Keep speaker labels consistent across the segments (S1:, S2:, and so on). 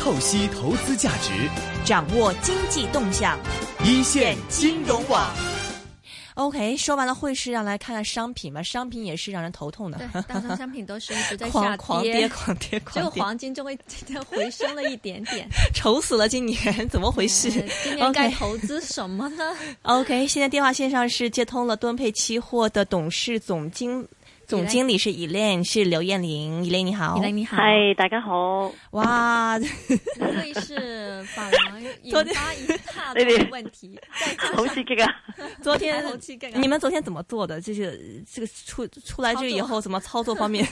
S1: 透析投资价值，
S2: 掌握经济动向，
S1: 一线金融网。
S2: OK，说完了汇市，让来看看商品吧。商品也是让人头痛 的，
S3: 对，大宗商品都是一直在下
S2: 狂狂跌，狂跌，
S3: 只有
S2: 狂跌，
S3: 黄 金就会今天回升了一点点。
S2: 愁死了！今年怎么 回事
S3: 呃？今年
S2: OK
S3: 该投资什么呢？
S2: OK，现在电话线上是接通了敦沛期货的董事总经总经理是 Elaine，是刘艳玲。Elaine 你好
S3: 李玲你好，
S4: 嗨，大家好，
S2: 哇，
S3: 不愧是法郎引发一大堆的问题，再加
S4: 好
S3: 上
S4: 刺激啊！
S2: 昨天
S3: 抬头气概啊
S2: 你们昨天怎么做的？就是这个出出来这以后，怎么操作 方面？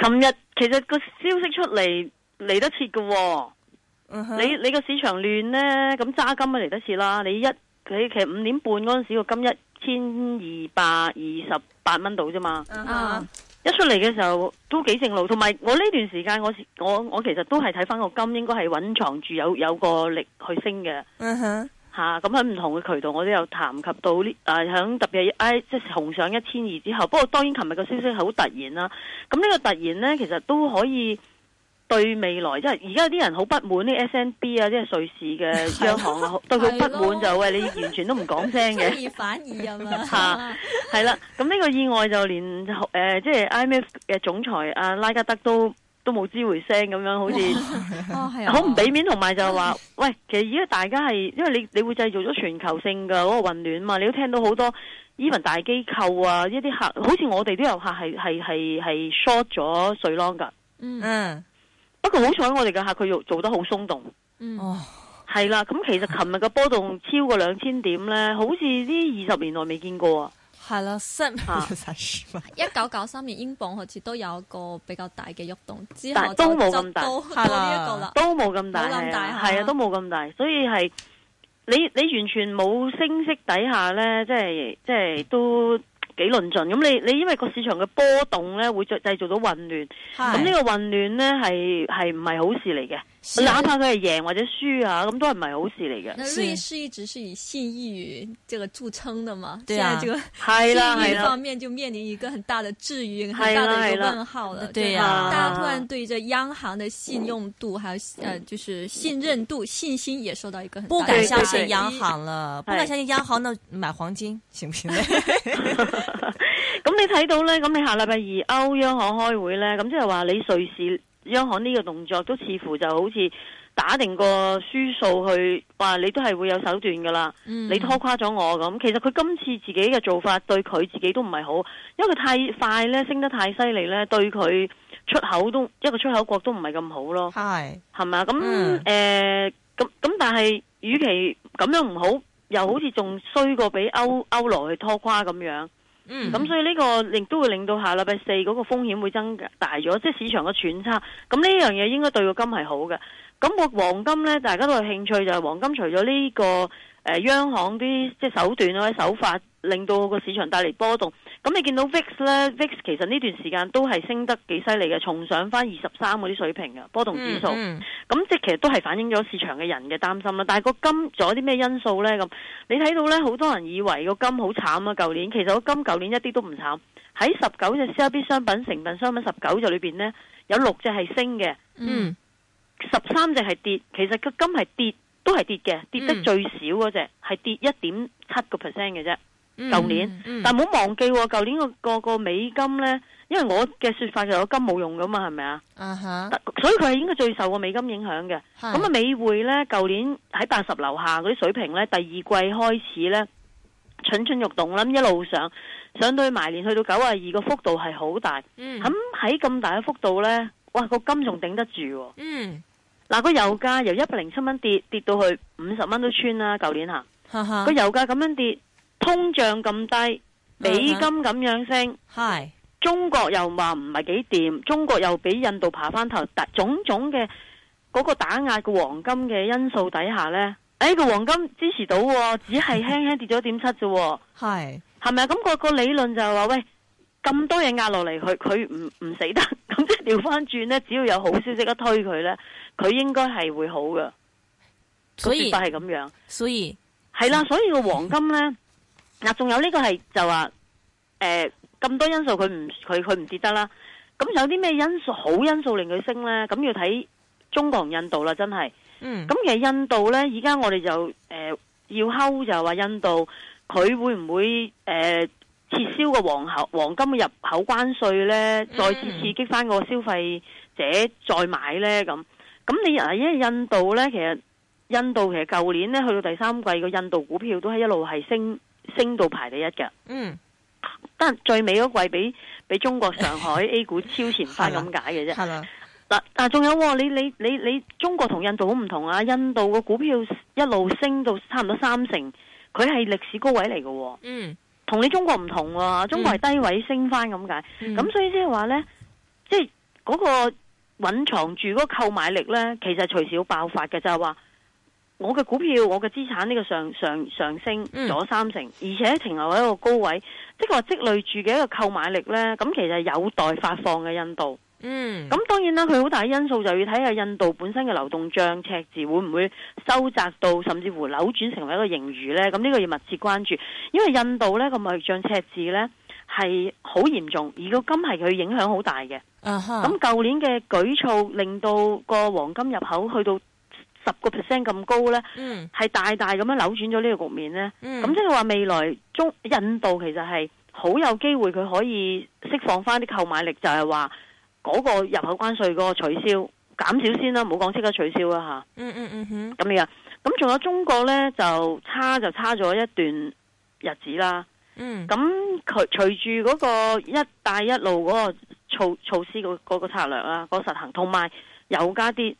S4: 琴日其實個消息出嚟嚟得切嘅、喎。
S2: 嗯哼，
S4: 你你個市場亂呢，咁揸金咪嚟得切啦。你一佢其實五點半嗰阵时個金一千二百二十八蚊到啫嘛，
S2: 啊
S3: 啊，
S4: 一出嚟嘅時候都幾正路。同埋我呢段時間我我我其實都係睇翻個金應該係隱藏住有有個力去升嘅。
S2: 嗯哼，
S4: 吓咁喺唔同嘅渠道，我都有談及到呢誒，響、特別係 I 即係紅上一千二之後，不過當然琴日嘅消息係好突然啦。咁呢個突然呢，其實都可以對未來，即係而家啲人好不滿呢 S N B 啊，即係瑞士嘅央行啊，對佢不滿就喂你完全都唔講聲
S3: 出
S4: 嘅。
S3: 爾反爾啊 嘛
S4: 嚇，係啦，咁呢個意外就連誒、呃即係 IMF 嘅總裁啊拉加德都都冇知回聲咁樣，好似。
S3: 哦係啊，
S4: 好唔俾面，同埋就係話， 喂，其實而家大家係，因為你你會製造咗全球性嘅嗰個混亂嘛，你都聽到好多 even 大機構啊，一啲客，好似我哋都有客係係係係 short 咗水浪㗎。
S3: 嗯
S2: 嗯，
S4: 不過好彩我哋嘅客佢又做得好鬆動，
S3: 嗯，
S2: 哦，
S4: 係啦。咁其實琴日嘅波動超過兩千點呢，好似呢二十年內未見過啊。
S2: 好了，三
S4: 啊
S2: 三十吧。
S3: 一九九三年英鎊好似都有一個比較大嘅喐動，之
S4: 但
S3: 後
S4: 都
S3: 就
S4: 冇
S3: 就
S4: 咁大
S3: 到
S2: 係
S3: 到呢一
S2: 啦
S3: 個啦，
S4: 都冇咁大，
S3: 冇咁大
S4: 係啊
S3: 嚇
S4: 係啊，都冇咁大，所以係你你完全冇升息底下呢，即係即係都幾論盡。咁你你因為個市場嘅波動呢，會製製造到混亂。咁呢個混亂呢，係係唔係好事嚟
S3: 是啊
S4: 嘅？哪怕佢係贏或者輸啊，咁都係唔係好事嚟嘅。
S3: 那
S2: 是
S3: 瑞士一直是以信義这个著稱的嘛，
S2: 对啊
S3: 现在这个
S4: 係啦
S3: 信
S4: 係
S3: 義
S4: 啦
S3: 方，面就面临一个很大的质疑，
S4: 啦
S3: 很大的一
S4: 是
S3: 个
S4: 啦
S3: 问号了。
S2: 对
S3: 吧
S2: 啊
S3: 大家突然对这央行的信用度，还有呃，就是信任度、信心也受到一个很大
S2: 不
S3: 的
S2: 敢
S4: 对
S2: 相
S4: 对
S2: 信
S4: 对
S2: 央行了，不敢
S4: 哎
S2: 相信央行，那买黄金行不 行呢？
S4: 咁你睇到呢，咁你下禮拜二歐央行開會呢，咁即係話你瑞士央行呢個動作都似乎就好似打定個輸數去，話你都係會有手段噶啦。
S3: 嗯，
S4: 你拖垮咗我咁，其實佢今次自己嘅做法對佢自己都唔係好，因為佢太快咧升得太犀利咧，對佢出口都一個出口國都唔係咁好咯，
S2: 嗨，
S4: 係咪啊？咁
S2: 嗯
S4: 誒咁咁，但係與其咁樣唔好，又好似仲衰過俾歐歐羅去拖垮咁樣，
S2: 嗯，
S4: 咁所以呢個亦都會令到下禮拜四嗰個風險會增大咗，即係市場嘅揣測。咁呢樣嘢應該對個金係好嘅。咁個黃金呢，大家都有興趣就係黃金除咗呢、個呃央行啲即係手段或者手法，令到個市場帶嚟波動。咁你見到 VIX 呢 VIX 其實呢段時間都係升得幾犀利嘅，重上翻二十三嗰啲水平嘅波動指數。
S2: 嗯
S4: 咁即係其實都係反映咗市場嘅人嘅擔心啦。但係個金仲有啲咩因素呢？咁你睇到呢，好多人以為個金好慘啊！舊年其實個金舊年一啲都唔慘，喺十九隻 CRB 商品成分商品十九隻裏邊呢，有六隻係升嘅，
S2: 嗯，
S4: 十三隻係跌。其實個金係跌都係跌嘅，跌得
S2: 嗯
S4: 最少嗰只係跌一點七個 percent 嘅啫。
S2: 嗯
S4: 舊年
S2: 嗯
S4: 但唔好忘記喎，舊年個個個美金呢，因為我嘅説法就有金冇用噶嘛，係咪啊？
S2: 啊哈，
S4: 所以佢係應該最受個美金影響嘅。咁啊，美匯呢，舊年喺八十樓下嗰啲水平呢，第二季開始呢，蠢蠢欲動啦，咁一路上上到去埋年去到九啊二個幅度係好大。
S2: 嗯
S4: 咁喺咁大嘅幅度呢，哇個金仲頂得住喎！
S2: 嗯，
S4: 嗱個油價由一百零七蚊跌跌到去五十蚊都穿啦，舊年嚇
S2: 哈哈
S4: 個，油價咁樣跌，通脹咁低，美金咁樣升。
S2: 嗨，
S4: 中國又話唔係幾掂，中國又俾印度爬翻頭，但種種嘅嗰個打壓嘅黃金嘅因素底下呢，誒、個黃金支持到喎、只係輕輕跌咗點七啫喎，
S2: 嗨，
S4: 係咪啊？咁、個個理論就係話，喂，咁多嘢壓落嚟，佢佢唔唔死得， 咁即係調翻轉呢，只要有好消息一推佢呢，佢應該係會好嘅。
S2: 所以
S4: 就係咁樣。
S2: 所以
S4: 係啦，所以個黃金呢，嗱，仲有呢個係就話，诶、咁多因素佢唔佢佢唔跌得啦。咁有啲咩因素好因素令佢升呢？咁要睇中國同印度啦，真係。
S2: 嗯，
S4: 咁其實印度呢，而家我哋就誒、呃要睺就係話印度佢會唔會誒、呃撤銷個黃口黃金嘅入口關稅呢？再次刺激翻個消費者再買呢？咁咁你啊，因為印度呢，其實印度其實舊年呢，去到第三季個印度股票都係一路係升升到排第一嘅，
S2: 嗯，
S4: 但係最尾嗰季俾俾中國上海 A 股超前翻咁解嘅啫。
S2: 好了，
S4: 嗱，但仲有喎，你你你你中國同印度好唔同啊！印度個股票一路升到差唔多三成，佢係歷史高位嚟嘅喎，
S2: 嗯，
S4: 同你中國唔同喎、中國係低位升翻咁解，咁、
S2: 咁
S4: 所以即係話呢，即係嗰個隱藏住嗰個購買力呢，其實隨時要爆發嘅，就係、話我嘅股票、我嘅資產呢個上上上升
S2: 嗯
S4: 咗三成，而且停留喺一個高位，即係話積累住嘅一個購買力呢，咁其實有待發放嘅印度。
S2: 嗯，
S4: 咁當然啦，佢好大因素就要睇下印度本身嘅流動帳赤字會唔會收窄到，甚至乎扭轉成為一個盈餘呢？咁呢個要密切關注，因為印度呢個貿易帳赤字呢係好嚴重，而個金係佢影響好大嘅。
S2: 啊哈，
S4: 咁舊年嘅舉措令到個黃金入口去到十個 percent 咁高呢，
S2: 嗯
S4: 係大大咁樣扭轉咗呢個局面呢。
S2: 嗯，
S4: 咁即係話未來中印度其實係好有機會佢可以釋放翻啲購買力，就係話嗰個入口關稅嗰個取消減少先啦，唔好講即刻取消啦
S2: 嗯嗯嗯哼，
S4: 吓咁樣。咁仲有中國呢，就差就差咗一段日子啦。
S2: 嗯，
S4: 咁佢隨住嗰個一帶一路嗰個措措施嗰嗰個策略啦，嗰、個實行同埋油價跌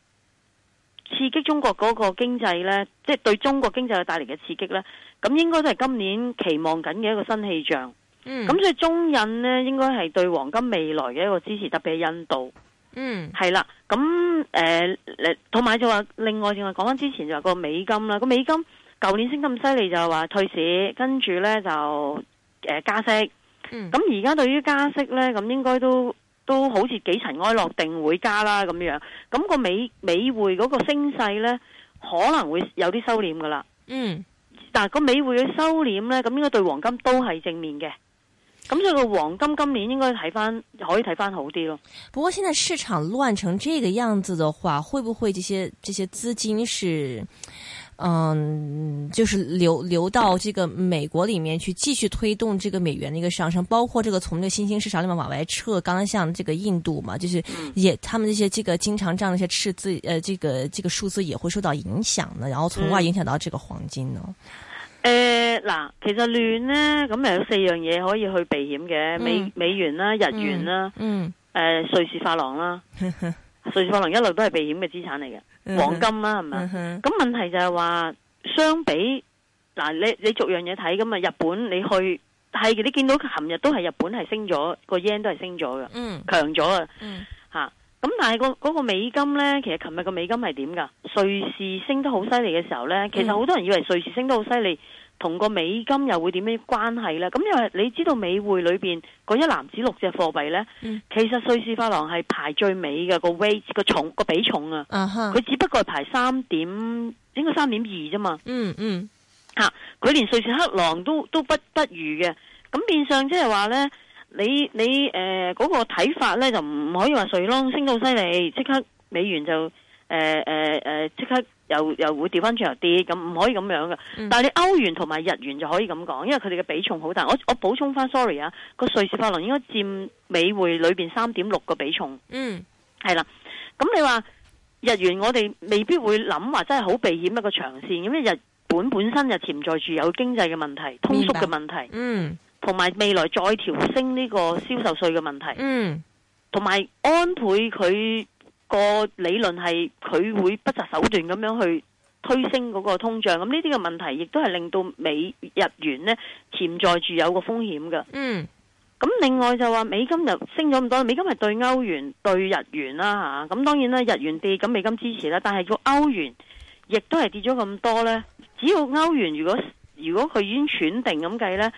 S4: 刺激中國嗰個經濟呢，即係對中國經濟帶嚟嘅刺激呢，咁應該都係今年期望緊嘅一個新氣象。
S2: 嗯，
S4: 咁、所以中印呢，應該係對黃金未來嘅一個支持，特別係印度。
S2: 嗯
S4: 係啦，咁誒誒，同埋就話另外，仲係講翻之前就話個美金啦，個美金舊年升咁犀利就係話退市，跟住呢就誒、呃加息，
S2: 嗯，
S4: 咁而家對於加息呢，咁應該都都好似幾塵埃落定會加啦咁樣，咁、個美美匯嗰個升勢呢，可能會有啲收斂噶啦，
S2: 嗯
S4: 但係個美匯嘅收斂呢，咁應該對黃金都係正面嘅，咁所以個黃金今年應該睇翻可以睇翻好啲咯。
S2: 不过现在市场乱成这个样子的话，会不会这些这些资金是，嗯，就是流流到这个美国里面去，继续推动这个美元的一个上升，包括这个从这个新兴市场里面往外撤。刚刚像这个印度嘛，就是也他们这些这个经常这样的一些赤字，呃，这个这个数字也会受到影响呢，然后从而影响到这个黄金呢。
S4: 诶，嗱、其實亂呢，咁咪有四樣嘢可以去避險嘅，
S2: 嗯
S4: 美美元啦、日元啦、
S2: 嗯，
S4: 诶、瑞士法郎 啦，瑞士法郎一路都係避險嘅資產嚟嘅，黃金啦係咪
S2: 嗯
S4: 啊？
S2: 哼，
S4: 咁、問題就係話相比嗱，你你逐樣嘢睇咁啊，日本你去係嘅，你見到琴日都係日本係升咗，個 yen 都係升咗嘅，
S2: 嗯
S4: 強咗啊
S2: 嗯
S4: 吓。咁但係個嗰個美金呢，其實琴日個美金係點㗎？瑞士升得好犀利嘅時候呢，其實
S2: 嗯
S4: 好多人以為瑞士升得好犀利，同個美金又會點樣關係呢？咁因為你知道美匯裏邊嗰一籃子六隻貨幣呢，
S2: 嗯
S4: 其實瑞士法郎係排最尾嘅個 weight 個重個比重啊，
S2: 啊哈
S4: 佢，只不過係排三點應該三點二啫嘛，
S2: 嗯嗯
S4: 佢連瑞士克朗都都不不如嘅，咁變相即係話呢。你你誒嗰、個睇法呢，就唔可以話瑞郎升到犀利，即刻美元就誒誒誒即刻又又會掉翻轉頭跌，咁唔可以咁樣嘅。
S2: 嗯
S4: 但係你歐元同埋日元就可以咁講，因為佢哋嘅比重好大。我我補充翻，sorry 啊，個瑞士法郎應該佔美匯裏邊三點六個比重，
S2: 嗯
S4: 係啦。咁你話日元，我哋未必會諗話真係好避險一個長線，因為日本本身就潛在住有經濟嘅問題、通縮嘅問題，
S2: 嗯
S4: 同埋未來再調升呢個銷售稅嘅問題，
S2: 嗯
S4: 同埋安倍佢個理論係佢會不擇手段咁樣去推升嗰個通脹，咁呢啲嘅問題亦都係令到美日元呢潛在住有個風險嘅。
S2: 嗯
S4: 咁另外就話美金又升咗咁多，美金係對歐元對日元啦嚇，咁、當然啦，日元跌咁美金支持啦，但係個歐元亦都係跌咗咁多呢。只要歐元如果如果佢已經斷定咁計呢，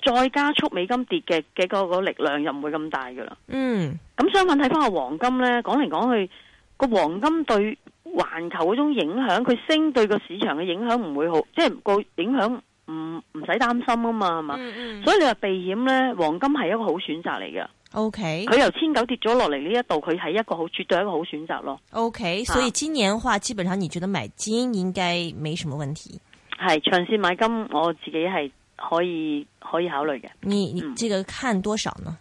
S4: 再加速美金跌嘅嘅個個力量就唔會咁大噶啦。
S2: 嗯
S4: 咁相反睇翻個黃金呢，講嚟講去個黃金對環球嗰種影響，佢升對個市場嘅影響唔會好，即係個影響唔唔使擔心啊嘛，係嘛？
S2: 嗯嗯。
S4: 所以你話避險呢，黃金係一個好選擇嚟嘅。
S2: O K
S4: 佢由千九跌咗落嚟呢一度，佢係一個好絕對一個好選擇咯。
S2: O K，所以今年的话，基本上你觉得买金应该没什么问题。
S4: 係長線買金，我自己係可以可以考慮嘅。
S2: 你你
S4: 嗯
S2: 这个看多少呢？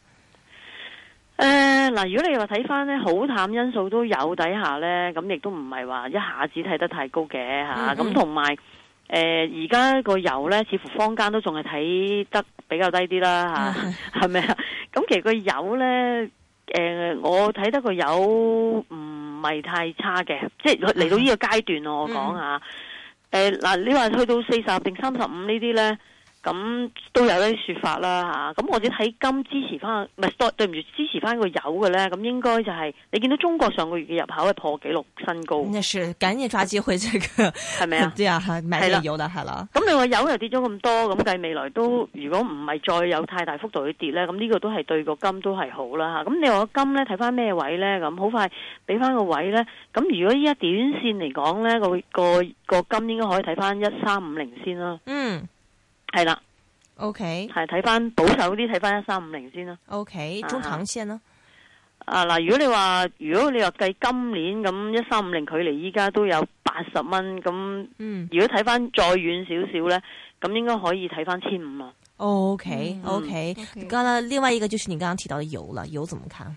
S4: 诶，呃嗱、如果你話睇翻咧，好淡因素都有底下咧，咁亦都唔係話一下子睇得太高嘅吓，
S2: 嗯嗯
S4: 咁同埋诶，而家個油咧，似乎坊間都仲係睇得比較低啲啦吓，係咪啊？咁其實個油咧，诶、我睇得個油唔係太差嘅，即
S2: 啊
S4: 係嚟到呢個階段咯，我講
S2: 嗯
S4: 下。诶、嗱、你話去到四十定三十五呢啲咧？咁都有一啲説法啦嚇，咁我哋睇金支持翻，唔係對對唔住，支持翻個油嘅咧，咁應該就係、你見到中國上個月嘅入口係破紀錄新高，
S2: 那是赶紧抓机会，这 个
S4: 係咪啊？
S2: 对啊，还买
S4: 是
S2: 点
S4: 的
S2: 油的，好了。
S4: 咁你話油又跌咗咁多，咁計未來都如果唔係再有太大幅度去跌咧，咁呢個都係對個金都係好啦嚇。咁你話個金咧睇翻咩位咧？咁好快俾翻個位咧。咁如果依家短線嚟講咧，個個個金應該可以睇翻一三五零先啦。
S2: 嗯
S4: 係啦，
S2: ，O K
S4: 係睇翻保守啲，睇翻一三五零先啦。
S2: O K，中长线呢？
S4: 啊嗱，如果你話如果你話計今年咁一三五零距離依家都有八十蚊，咁
S2: 嗯
S4: 如果睇翻再遠少少呢，咁應該可以睇翻千五啦。啊
S2: ，O K O K。
S3: OK
S2: 刚刚另外一个就是你刚刚提到的油了，油怎么看？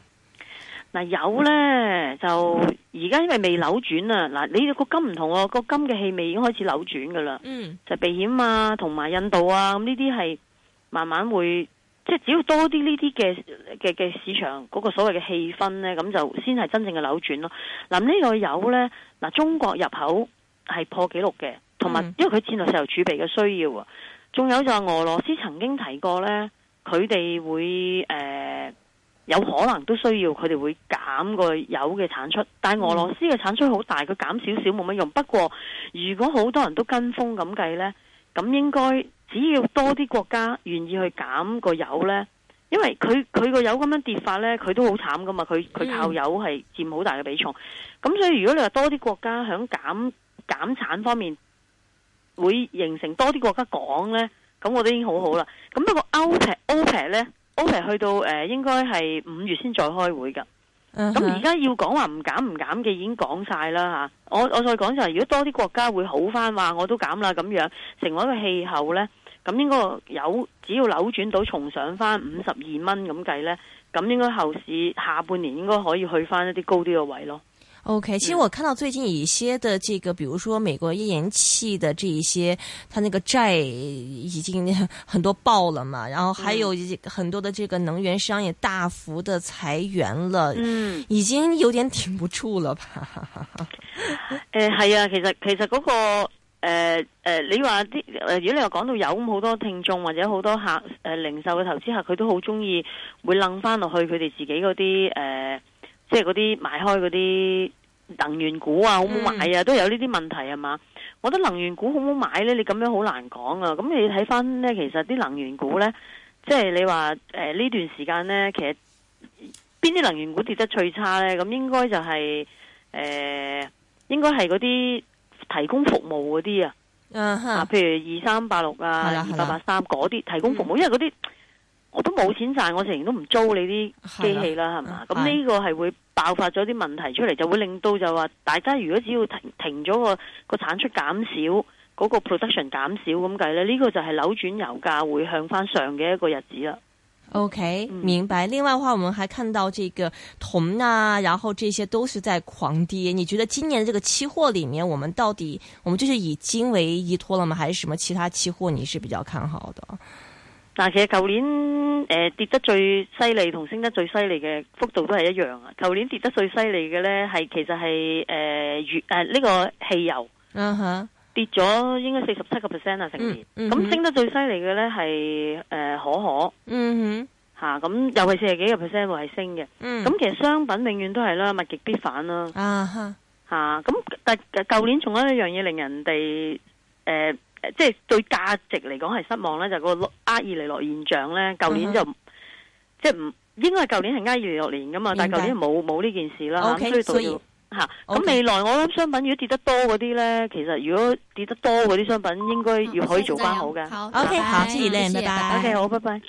S4: 嗱有呢，就而家因為未扭轉啊，嗱你個金唔同喎，個金嘅氣味已經開始扭轉噶啦，
S2: 嗯
S4: 就避險啊，同埋印度啊，咁呢啲係慢慢會。即係只要多啲呢啲嘅嘅嘅市場嗰、個所謂嘅氣氛呢，咁就先係真正嘅扭轉咯。嗱呢個油呢，嗱中國入口係破紀錄嘅，同埋
S2: 嗯
S4: 因為佢戰略石油儲備嘅需要啊。仲有就係俄羅斯曾經提過呢，佢哋會誒、呃有可能都需要佢哋會減個油嘅產出，但係俄羅斯嘅產出好大，佢減少少冇乜用。不過如果好多人都跟風咁計呢，咁應該只要多啲國家願意去減個油呢，因為佢佢個油咁樣跌法呢，佢都好慘噶嘛，佢佢靠油係佔好大嘅比重。咁所以如果你話多啲國家響減減產方面會形成多啲國家講呢，咁我覺得已經好好啦。咁不過 OPEC OPEC 咧，OPEC 去到誒、呃、應該係五月先再開會㗎。
S2: 嗯
S4: 咁而
S2: 哼，
S4: 家要講話唔減唔減嘅已經講晒啦嚇。我我再講就係、如果多啲國家會好翻，話我都減啦咁樣，成為一個氣候呢，咁應該有只要扭轉到重上翻五十二蚊咁計呢，咁應該後市下半年應該可以去翻一啲高啲嘅位咯。
S2: OK，其实
S4: 嗯
S2: 我看到最近一些的这个，比如说美国页岩气的这一些，它那个债已经 很多爆了嘛，然后还
S4: 嗯
S2: 有一很多的这个能源商也大幅的裁员了，
S4: 嗯。
S2: 已经有点顶不住了 吧？
S4: 诶，系、啊，其實其實嗰、個个诶诶、誒你話啲诶，如果你話講到有咁好多聽眾或者好多客诶、誒零售嘅投資客，佢都好中意會楞翻落去佢哋自己嗰啲诶，即係嗰啲買開嗰啲能源股啊，好唔好買啊，都有呢啲問題係嘛？我覺得能源股好唔好買呢？你咁樣好難講啊！咁你睇翻呢，其實啲能源股呢，即係你話诶呢段時間呢，其實邊啲能源股跌得最差呢？咁應該就係呃诶。誒應該係嗰啲提供服務嗰啲啊，
S2: 嗯
S4: 啊
S2: 哼，
S4: 譬如二三八六
S2: 係
S4: 啊
S2: 啦、嗯
S4: 二
S2: 係
S4: 八
S2: 啦
S4: 八三嗰啲提供服務，因為嗰啲我都冇錢賺，我成日都唔租你啲機器啦，係嘛？
S2: 嗯
S4: 咁呢個係會爆發咗啲問題出嚟，就會令到就話大家如果只要停停咗個個產出減少，嗰、個 production 減少咁計咧，呢、個就係扭轉油價會向翻上嘅一個日子啦。
S2: OK，
S4: 嗯
S2: 明白。另外的话，我们还看到这个铜啊，然后这些都是在狂跌。你觉得今年的这个期货里面，我们到底我们就是以金为依托了吗？还是什么其他期货你是比较看好的？
S4: 嗱，其實舊年誒、呃跌得最犀利同升得最犀利嘅幅度都係一樣啊！舊年跌得最犀利嘅呢，係其實係誒呃月誒呢個汽油
S2: 嗯哼，
S4: 跌咗應該四十七個 percent 啊，成年。咁、
S2: 嗯嗯哼
S4: 升得最犀利嘅呢係誒可可
S2: 嗯
S4: 嚇，咁、又係四十幾個 percent 會係升嘅。咁、
S2: 哼，嗯，
S4: 其實商品永遠都係啦，物極必反啦。
S2: 啊哈，
S4: 吓咁但但舊年仲有一樣嘢令人哋诶、呃即係對價值嚟講係失望咧，就係個厄爾尼諾現象咧。舊
S2: 嗯
S4: 年就、即係唔應該係舊年係厄爾尼諾年噶嘛，但係舊年冇冇呢件事啦。咁
S2: OK，
S4: 所以
S2: 所
S4: 到
S2: 以
S4: 要吓咁
S2: OK
S4: 未來我諗商品如果跌得多嗰啲咧，其實如果
S2: 嗯
S4: 跌得多嗰啲商品應該要可以做翻好嘅。
S3: 好
S2: OK，
S3: 拜拜
S2: 好谢谢 Len，拜拜
S4: OK，好，拜拜。